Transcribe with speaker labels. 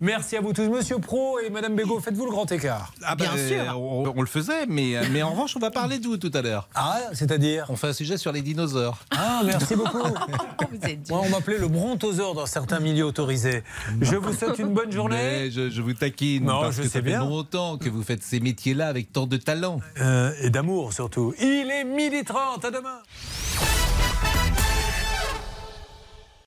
Speaker 1: Merci à vous tous. Monsieur Pro et Madame Bégaud, faites-vous le grand écart
Speaker 2: Ah bah,
Speaker 3: Bien
Speaker 2: euh,
Speaker 3: sûr.
Speaker 2: On, on le faisait, mais, euh, mais en revanche, on va parler de vous tout à l'heure.
Speaker 1: Ah, c'est-à-dire
Speaker 2: On fait un sujet sur les dinosaures.
Speaker 1: Ah, merci beaucoup.
Speaker 3: Vous êtes dur.
Speaker 1: Moi, on m'appelait le brontosaure dans certains milieux autorisés. Je vous souhaite une bonne journée.
Speaker 2: Mais je, je vous taquine
Speaker 1: Non,
Speaker 2: parce
Speaker 1: je
Speaker 2: que
Speaker 1: sais
Speaker 2: ça
Speaker 1: bien.
Speaker 2: fait longtemps que vous faites ces métiers-là avec tant de talent.
Speaker 1: Euh, et d'amour surtout. Il est midi 30, à demain.